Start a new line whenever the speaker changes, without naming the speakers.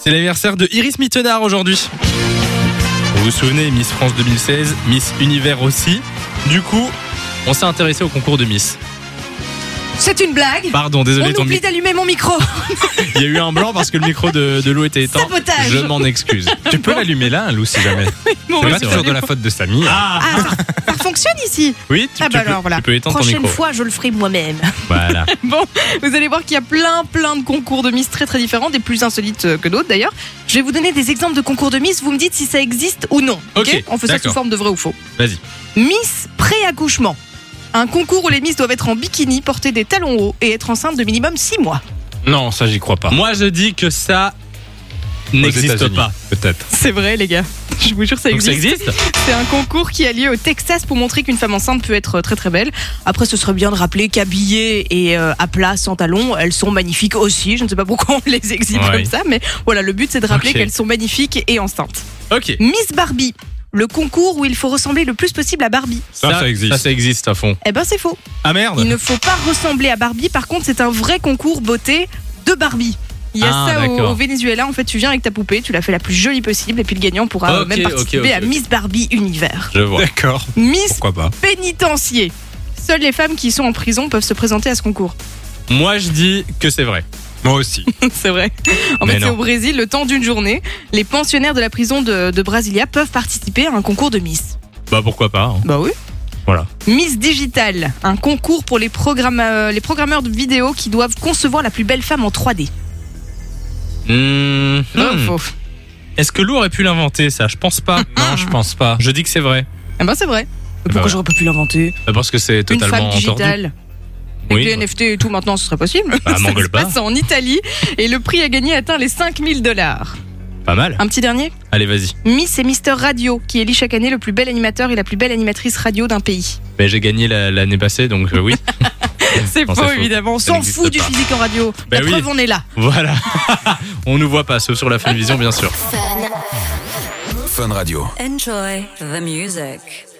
C'est l'anniversaire de Iris Mittenard aujourd'hui. Vous vous souvenez, Miss France 2016, Miss Univers aussi. Du coup, on s'est intéressé au concours de Miss.
C'est une blague.
Pardon, désolé,
On
ton
oublie
micro.
d'allumer mon micro.
Il y a eu un blanc parce que le micro de, de Lou était éteint.
Sabotage.
Je m'en excuse. Tu peux l'allumer là, Lou, si jamais. C'est
Bon,
pas
pas
toujours
toujours
de la faute de Samy. hein.
Ah,
Ah, ça, ça fonctionne ici.
oui, tu,
Ah
tu
bah
peux,
alors voilà.
tu peux éteindre ton
Prochaine
micro.
fois, je le ferai moi-même.
Voilà.
Bon, vous allez voir qu'il y a plein, plein de concours de Miss très, très différents, des plus insolites euh, que d'autres d'ailleurs. Je vais vous donner des exemples de concours de Miss. Vous me dites si ça existe ou non.
Ok,
On fait ça sous
d'accord.
forme de vrai ou faux.
Vas-y.
Miss pré-accouchement. Un concours où les Miss doivent être en bikini, porter des talons hauts et être enceintes de minimum 6 mois.
Non, ça j'y crois pas.
Moi, je dis que ça
Aux
n'existe
États-Unis,
pas.
Peut-être.
C'est vrai, les gars. Je vous jure, ça
Donc
existe.
ça existe
C'est un concours qui a lieu au Texas pour montrer qu'une femme enceinte peut être très très belle. Après, ce serait bien de rappeler qu'habillées et euh, à plat, sans talons, elles sont magnifiques aussi. Je ne sais pas pourquoi on les exhibe
Ouais.
comme ça, mais voilà, le but c'est de rappeler
Ok.
qu'elles sont magnifiques et enceintes.
Ok.
Miss Barbie, le concours où il faut ressembler le plus possible à Barbie.
Ça, ça existe.
Ça, ça existe à fond.
Eh ben, c'est faux.
Ah merde
Il ne faut pas ressembler à Barbie. Par contre, c'est un vrai concours beauté de Barbie. Il y a
Ah,
ça au,
d'accord.
au Venezuela. En fait, tu viens avec ta poupée, tu la fais la plus jolie possible, et puis le gagnant pourra euh,
Ok,
même
ok,
participer
ok,
à
ok.
Miss Barbie Univers.
Je vois.
D'accord.
Miss
Pourquoi pas
pénitencier. Seules les femmes qui sont en prison peuvent se présenter à ce concours.
Moi, je dis que c'est vrai.
Moi aussi.
c'est vrai. En
Mais
fait, c'est
non.
au Brésil, le temps d'une journée, les pensionnaires de la prison de, de Brasilia peuvent participer à un concours de Miss.
Bah, pourquoi pas hein.
Bah oui.
Voilà.
Miss Digital, un concours pour les, programme- euh, les programmeurs de vidéo qui doivent concevoir la plus belle femme en 3D.
Hmm.
Vrai ou faux
Est-ce que Lou aurait pu l'inventer ça Je pense pas.
Non, je pense pas.
Je dis que c'est vrai.
Ah ben c'est vrai. Mais
bah
pourquoi
ouais.
j'aurais pas pu l'inventer
Bah, Parce que c'est
Une
totalement
femme
entendu.
digitale. Avec les NFT et tout, maintenant, ce serait possible.
Bah,
ça
m'engueule
se
pas.
passe en Italie et le prix à gagner atteint les 5000 dollars.
Pas mal.
Un petit dernier
Allez, vas-y.
Miss et Mister Radio, qui élit chaque année le plus bel animateur et la plus belle animatrice radio d'un pays.
Mais j'ai gagné la- l'année passée, donc euh, oui.
C'est
Non,
faux,
c'est faux.
évidemment. On
Ça
s'en
n'existe
fout du
pas.
physique en radio.
Ben
la
oui.
preuve, on est là.
voilà. On nous voit pas, sauf sur la Funvision, bien sûr.
Enjoy the music.